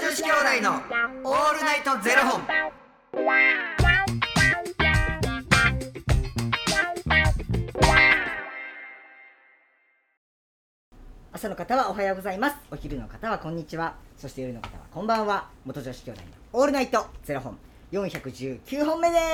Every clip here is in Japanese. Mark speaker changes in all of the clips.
Speaker 1: 子兄弟のオールナイトゼロ本。
Speaker 2: 朝の方はおはようございますお昼の方はこんにちはそして夜の方はこんばんは元女子兄弟のオールナイトゼロ本419本目です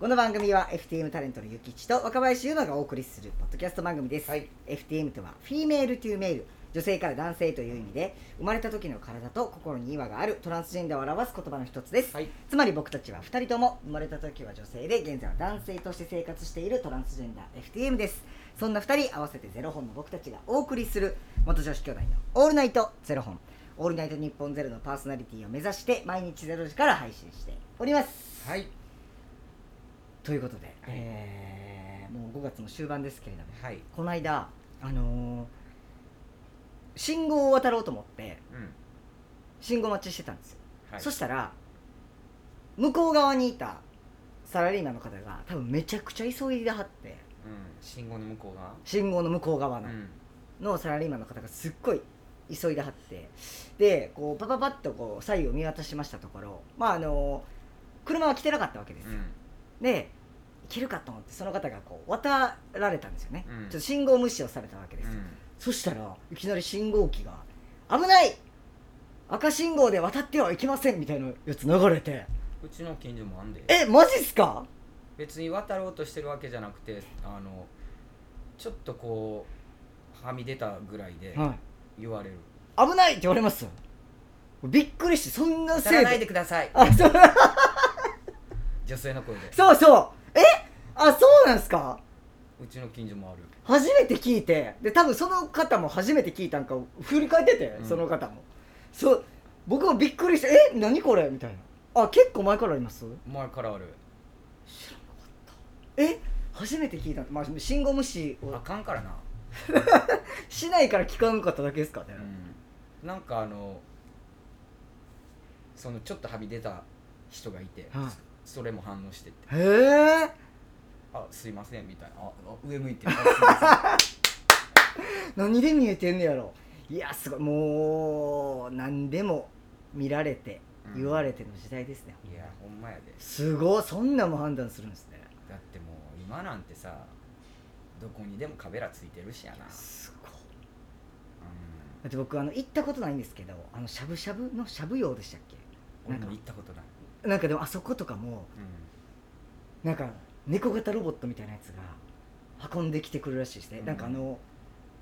Speaker 2: この番組は FTM タレントのゆきちと若林優馬がお送りするポッドキャスト番組です、FTM とはフィメールというメール女性から男性という意味で生まれた時の体と心に違和があるトランスジェンダーを表す言葉の一つです、
Speaker 1: はい
Speaker 2: つまり僕たちは2人とも生まれた時は女性で現在は男性として生活しているトランスジェンダー FTM ですそんな2人合わせてゼロ本の僕たちがお送りする元女子兄弟の「オールナイトゼロ本」「オールナイト日本ゼロのパーソナリティを目指して毎日ゼロ時から配信しております
Speaker 1: はい
Speaker 2: ということで、えーもう5月も終盤ですけれども
Speaker 1: はい。
Speaker 2: この間あのー信号を渡ろうと思って
Speaker 1: うん。
Speaker 2: 信号待ちしてたんですよ
Speaker 1: はい。
Speaker 2: そしたら向こう側にいたサラリーマンの方が多分めちゃくちゃ急いではって
Speaker 1: うん。信号の向こうが。
Speaker 2: 信号の向こう側
Speaker 1: う
Speaker 2: の,、
Speaker 1: ん。
Speaker 2: のサラリーマンの方がすっごい急いではってでこうパパパッとこう左右を見渡しましたところまああの車は来てなかったわけです
Speaker 1: う
Speaker 2: よ、
Speaker 1: ん。
Speaker 2: で行けるかと思ってその方がこう渡られたんですよね、
Speaker 1: う
Speaker 2: ちょ
Speaker 1: ん
Speaker 2: っと信号無視をされたわけで
Speaker 1: う
Speaker 2: すよ、
Speaker 1: ん。
Speaker 2: そしたらいきなり信号機が「危ない赤信号で渡ってはいけません」みたいなやつ流れて
Speaker 1: うちの近所もあんで。
Speaker 2: えマジっすか
Speaker 1: 別に渡ろうとしてるわけじゃなくて、あの。ちょっとこう。はみ出たぐらいで。
Speaker 2: はい
Speaker 1: 言われる。
Speaker 2: 危ないって言われますびっくりしてそんな
Speaker 1: 渡
Speaker 2: せ
Speaker 1: ら
Speaker 2: い
Speaker 1: ない
Speaker 2: で
Speaker 1: でください。
Speaker 2: あそう
Speaker 1: 女性の声で。
Speaker 2: そうそうえあそうなんすか
Speaker 1: うちの近所もある。
Speaker 2: 初めて聞いてで多分その方も初めて聞いたんか振り返ってて、
Speaker 1: うん
Speaker 2: その方もそう僕もびっくりして「え何これ?」みたいなあ結構前からあります
Speaker 1: 前からある。
Speaker 2: え初めて聞いた、まあ、信号無視
Speaker 1: あ
Speaker 2: を
Speaker 1: かんからな。
Speaker 2: しないから聞かんかっただけですかね、
Speaker 1: うん、なんかあのそのちょっとはみ出た人がいて、
Speaker 2: はい
Speaker 1: そそれも反応してって
Speaker 2: へえ
Speaker 1: 「あすいません」みたいなあ「上向い てるあすいません
Speaker 2: 何で見えてんねやろいやすごいもう何でも見られて
Speaker 1: うん
Speaker 2: 言われての時代ですね、」
Speaker 1: いやほんまやです
Speaker 2: ごいそんなんも判断するんですね
Speaker 1: だってもう今なんてさどこにでもカメラついてるしやな、うん、
Speaker 2: すごいだって僕あの行ったことないんですけどあのしゃぶしゃぶのしゃぶ用でしたっ
Speaker 1: 俺も行ったことない、
Speaker 2: けなんかでもあそことかも
Speaker 1: う
Speaker 2: なんか猫型ロボットみたいなやつが運んできてくるらしいですね、
Speaker 1: うん
Speaker 2: なんかあの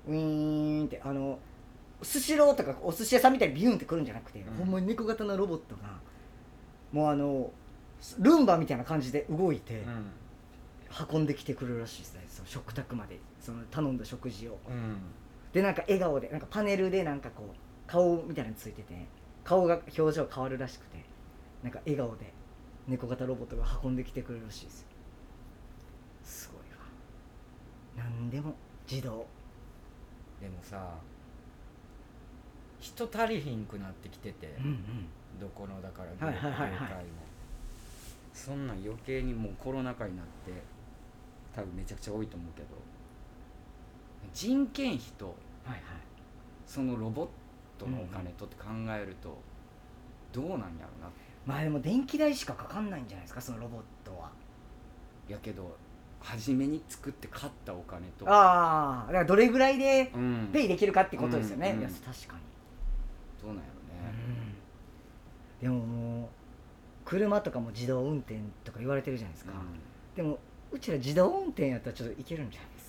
Speaker 2: ウィーンってあのスシローとかお寿司屋さんみたいにビューンってくるんじゃなくて、
Speaker 1: うん
Speaker 2: ほんまに猫型のロボットがもうあのルンバみたいな感じで動いて
Speaker 1: ん
Speaker 2: 運んできてくるらしいですねその食卓までその頼んだ食事を
Speaker 1: うんうん
Speaker 2: でなんか笑顔でなんかパネルでなんかこう顔みたいなのついてて顔が表情変わるらしくてなんか笑顔で猫型ロボットが運んできてくれるらしいですよすごいわ何でも自動
Speaker 1: でもさ人足りひんくなってきてて、
Speaker 2: ん
Speaker 1: どこのだから業
Speaker 2: は
Speaker 1: 界
Speaker 2: い
Speaker 1: も、
Speaker 2: はいはいはい
Speaker 1: そんなん余計にもうコロナ禍になって多分めちゃくちゃ多いと思うけど人件費と
Speaker 2: はいはい
Speaker 1: そのロボットのお金とって考えると、どうなんやろな
Speaker 2: まあでも電気代しかかかんないんじゃないですかそのロボットは
Speaker 1: やけど初めに作って買ったお金と、
Speaker 2: ああだからどれぐらいで
Speaker 1: うん、
Speaker 2: ペイできるかってことですよね、
Speaker 1: うんうん
Speaker 2: いや確かに
Speaker 1: どうなんやろね、
Speaker 2: でももう車とかも自動運転とか言われてるじゃないです
Speaker 1: う
Speaker 2: か、
Speaker 1: ん
Speaker 2: でもうちら自動運転やったらちょっといけるんじゃないで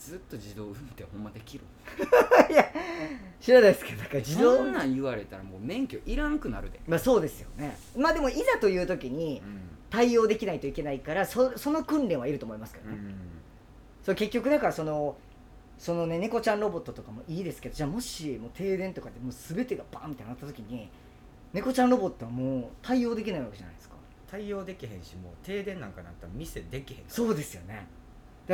Speaker 2: す
Speaker 1: ずっと自動運転ほんまで きる
Speaker 2: かいや知らないですけどだから自動
Speaker 1: そんなん言われたらもう免許いらんくなるで、
Speaker 2: まあそうですよねまあでもいざという時に
Speaker 1: う
Speaker 2: 対応できないといけないからそその訓練はいると思いますけど
Speaker 1: ん
Speaker 2: ね、そう結局だからそのそのね猫ちゃんロボットとかもいいですけどじゃあもしもう停電とかでもう全てがバーンってなった時に猫ちゃんロボットはもう対応できないわけじゃないですか
Speaker 1: 対応できへんしもう停電なんかなったら店できへんから
Speaker 2: そうですよねだか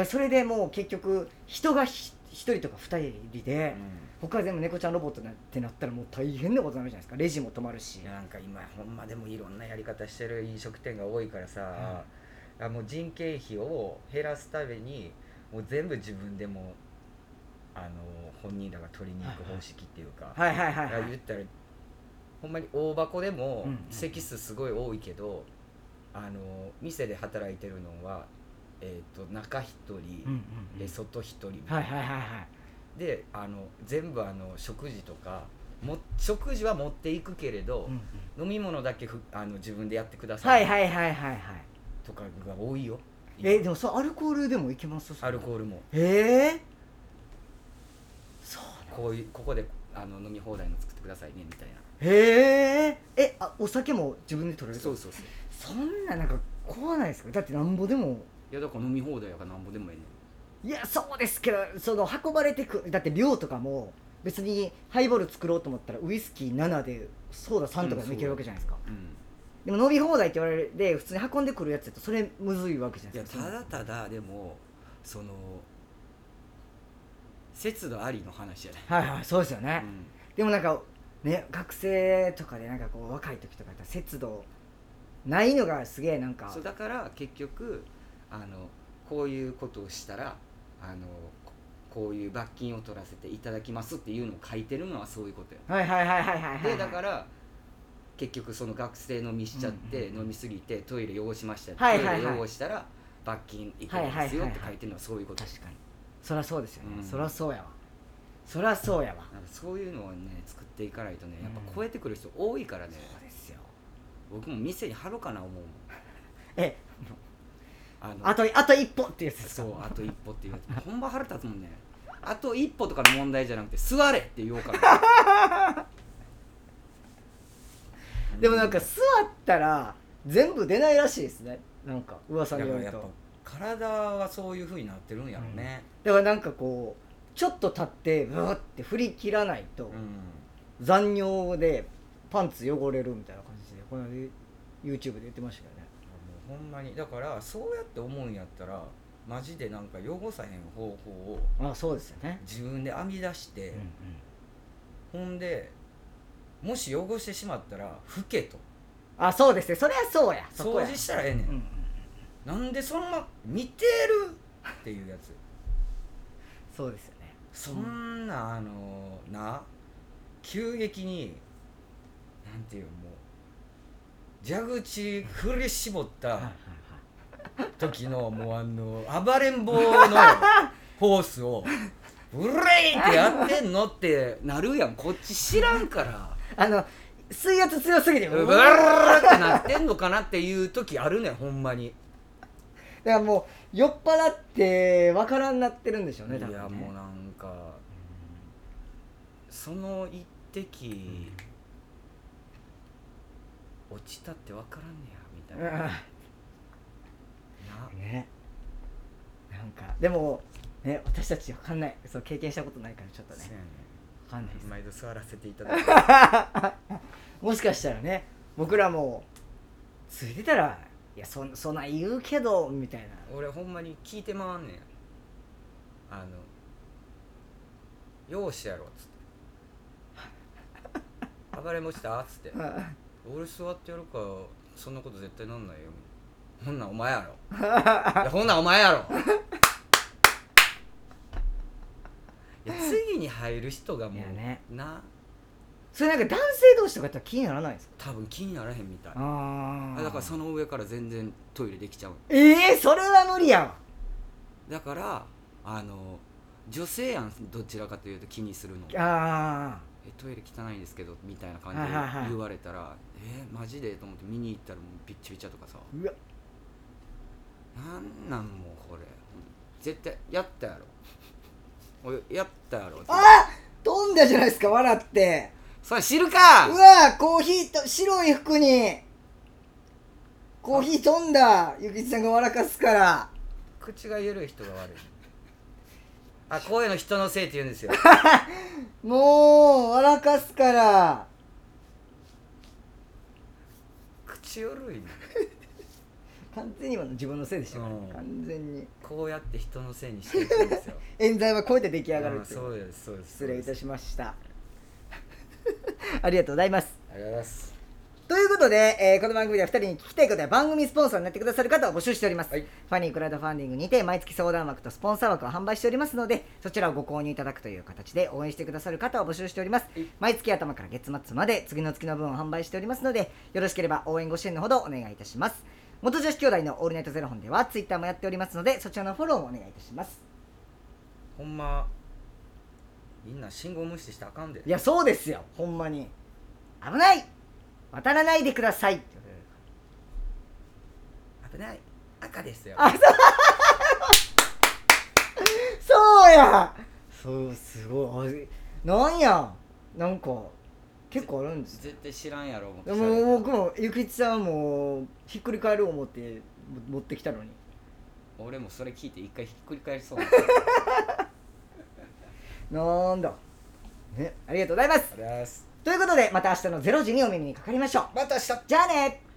Speaker 2: らそれでもう結局人がひ一人とか二人で、他は全部猫ちゃんロボットなってなったらもう大変なことになるじゃないですかレジも止まるし
Speaker 1: いやなんか今ほんまでもいろんなやり方してる飲食店が多いからさ、あもう人件費を減らすためにもう全部自分でもうあの本人らが取りに行く方式っていうか、
Speaker 2: はいはいはいはい
Speaker 1: 言ったらほんまに大箱でも
Speaker 2: うんうん
Speaker 1: 席数すごい多いけど、あの店で働いてるのは、えー、と中1人、
Speaker 2: うんうんうん
Speaker 1: で外1人、
Speaker 2: はいはいはいはい
Speaker 1: であの全部あの食事とかも食事は持っていくけれど
Speaker 2: うんう、ん
Speaker 1: 飲み物だけふあの自分でやってくだ
Speaker 2: は
Speaker 1: さ
Speaker 2: い
Speaker 1: い
Speaker 2: はいはいはいはい
Speaker 1: とかが多いよ、
Speaker 2: えでもそうアルコールでもいけます
Speaker 1: アルコ
Speaker 2: ール
Speaker 1: ールも
Speaker 2: ええそう
Speaker 1: こういうここであの飲み放題の作ってくださいねみたいな
Speaker 2: へええあお酒も自分で取れる
Speaker 1: そうそうそう
Speaker 2: そんななんか怖ないですかだってなんぼでも
Speaker 3: いやだから飲み放題やからなんぼでもええねん
Speaker 2: いやそうですけどその運ばれてくだって量とかも別にハイボール作ろうと思ったらウイスキー7でソーダ3とかでもいけるわけじゃないですか、
Speaker 3: うん
Speaker 2: でも飲み放題って言われて普通に運んでくるやつだとそれむずいわけじゃないで
Speaker 1: いや
Speaker 2: すか
Speaker 1: ただただでもその節度ありの話じゃない、
Speaker 2: はいはいそうですよね、
Speaker 3: うん
Speaker 2: でもなんかね学生とかでなんかこう若い時とかやったら節度ないのがすげえなんか
Speaker 1: そうだから結局あのこういうことをしたらあのここういう罰金を取らせていただきますっていうのを書いてるのはそういうことよ
Speaker 2: はいはいはいはいはいはい
Speaker 1: でだから結局その学生飲みしちゃって、
Speaker 2: うんうんうん
Speaker 1: 飲みすぎてトイレ汚しました、
Speaker 2: はいはいはい
Speaker 1: トイレ汚したら罰金いくらですよって書いてるのはそういうこと、
Speaker 2: 確かにそりゃそうですよね、
Speaker 1: うん
Speaker 2: そりゃそうやわそりゃそうやわ
Speaker 1: なんかそういうのをね作っていかないとねやっぱ
Speaker 2: うん
Speaker 1: 超えてくる人多いからね、
Speaker 2: そうですよ
Speaker 1: 僕も店に貼ろうかな思うもん
Speaker 2: え
Speaker 1: あの
Speaker 2: あとあと一歩っていうやつですか
Speaker 1: そうあと一歩っていうやつほんま腹立つもんねあと一歩とかの問題じゃなくて座れって言おうかな
Speaker 2: でもなんか座ったら全部出ないらしいですねなんか噂
Speaker 1: だか
Speaker 2: によ
Speaker 1: ら
Speaker 2: る
Speaker 1: やっぱ
Speaker 2: と
Speaker 1: 体はそういうふうになってるんやろね
Speaker 2: だからなんかこうちょっと立ってブワって振り切らないと、
Speaker 1: うん、
Speaker 2: 残尿でパンツ汚れるみたいな感じでこの間 YouTube で言ってましたよね
Speaker 1: もうほんまにだからそうやって思うんやったらマジでなんか汚さへん方法を
Speaker 2: あそうですよね、
Speaker 1: 自分で編み出して
Speaker 2: うん、うん、
Speaker 1: ほんでもし汚してしまったら拭けと
Speaker 2: あそうですねそれはそうやそこ
Speaker 1: 掃
Speaker 2: や
Speaker 1: 除したらええねん
Speaker 2: うん、うん、
Speaker 1: なんでそんな見てるっていうやつ
Speaker 2: そうですよね
Speaker 1: そんなあのな急激になんていうのもう蛇口振り絞った時のもうあの暴れん坊のホースをブレイってやってんのってなるやんこっち知らんから
Speaker 2: あの水圧強すぎて
Speaker 1: ブルルルル
Speaker 2: だか
Speaker 1: ってなってんのかなっていう時あるねんほんまに
Speaker 2: らもう酔っ払ってわからんなってるんでしょうね
Speaker 1: いや
Speaker 2: 多分ね
Speaker 1: もうなんかその一滴落ちたって分からんねやみたいなな
Speaker 2: うんねなんかでもね私たちわかんないそう経験したことないからちょっと
Speaker 1: そ
Speaker 2: ね
Speaker 1: うやね
Speaker 2: わかんないです
Speaker 1: 毎度座らせていただいて
Speaker 2: もしかしたらね僕らもついてたら「いやそそんなん言うけど」みたいな
Speaker 1: 俺ほんまに聞いてまんねんあの容姿やろっつって暴れもしたっつって俺座ってやるからそんなこと絶対なんないよほんなんお前や ろいやほんなんお前やろいや次に入る人がも
Speaker 2: いや
Speaker 1: う、
Speaker 2: ね
Speaker 1: な
Speaker 2: それなんか男性同士とかやったら気にならないですか
Speaker 1: 多分気にならへんみたい
Speaker 2: あ
Speaker 1: だからその上から全然トイレできちゃう
Speaker 2: ええそれは無理やわ
Speaker 1: だからあの女性やんどちらかというと気にするの
Speaker 2: あ
Speaker 1: えトイレ汚いんですけどみたいな感じ
Speaker 2: はいはいはい
Speaker 1: で言われたら、えーマジでと思って見に行ったらもうびっちゃびちゃとかさ
Speaker 2: あうわ
Speaker 1: なんなんもうこれ絶対やったやろおいやったやろ
Speaker 2: あ飛んだじゃないですか笑って
Speaker 1: それ知るか
Speaker 2: うわコーヒーと白い服にコーヒー飛んだゆきちさんが笑かすから
Speaker 1: 口が緩い人が悪いあこういうの人のせいって言うんで すよ
Speaker 2: もう笑かすから
Speaker 1: 口緩いね
Speaker 2: 完全に今の自分のせいでしょ、
Speaker 1: うん
Speaker 2: 完全に
Speaker 1: こうやって人のせいにしていくんですよ
Speaker 2: 冤罪は超えて出来上がる
Speaker 1: あ
Speaker 2: っていう
Speaker 1: そうですそうです
Speaker 2: 失礼いた
Speaker 1: し
Speaker 2: しましたありがとうございます
Speaker 1: ありがとうございます
Speaker 2: ということで、えーこの番組では2人に聞きたいことや番組スポンサーになってくださる方を募集しております、
Speaker 1: はい
Speaker 2: ファニークラウドファンディングにて毎月相談枠とスポンサー枠を販売しておりますのでそちらをご購入いただくという形で応援してくださる方を募集しております
Speaker 1: はい
Speaker 2: 毎月頭から月末まで次の月の分を販売しておりますのでよろしければ応援ご支援のほどお願いいたします元女子兄弟のオールナイトゼロ本ではツイッターもやっておりますのでそちらのフォローもお願いいたします
Speaker 1: ほんまみんな信号無視してあかんで
Speaker 2: いやそうですよほんまに危ない渡らないでください
Speaker 1: うん危ない赤ですよ
Speaker 2: そうやそうすごいあなんやなんか結構あるんです
Speaker 3: 絶対知らんやろ思って
Speaker 2: で
Speaker 3: 喋った
Speaker 2: も僕もゆきちさんもひっくり返る思って持ってきたのに
Speaker 3: 俺もそれ聞いて一回ひっくり返 りそう
Speaker 2: なんだねありがとうございます
Speaker 1: ありがとうございます
Speaker 2: ということでまた明日の0時にお目にかかりましょう
Speaker 1: また明日
Speaker 2: じゃあね